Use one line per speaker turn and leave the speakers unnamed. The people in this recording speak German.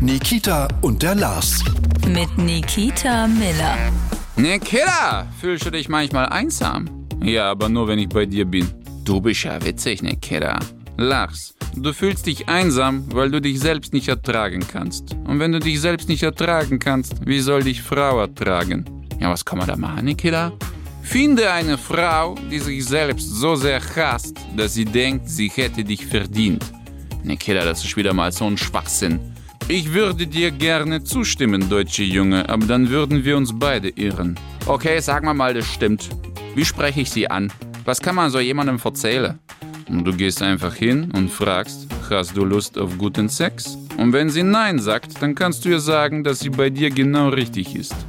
Nikita und der Lars.
Mit Nikita Miller.
Nikita, Ne, fühlst du dich manchmal einsam? Ja, aber nur wenn ich bei dir bin. Du bist ja witzig, Nikita. Lars, du fühlst dich einsam, weil du dich selbst nicht ertragen kannst. Und wenn du dich selbst nicht ertragen kannst, wie soll dich Frau ertragen? Ja, was kann man da machen, Nikita? Finde eine Frau, die sich selbst so sehr hasst, dass sie denkt, sie hätte dich verdient. Nikita, Ne, das ist wieder mal so ein Schwachsinn. Ich würde dir gerne zustimmen, deutsche Junge, aber dann würden wir uns beide irren. Okay, sagen wir mal, das stimmt. Wie spreche ich sie an? Was kann man so jemandem erzählen? Und du gehst einfach hin und fragst, hast du Lust auf guten Sex? Und wenn sie Nein sagt, dann kannst du ihr sagen, dass sie bei dir genau richtig ist.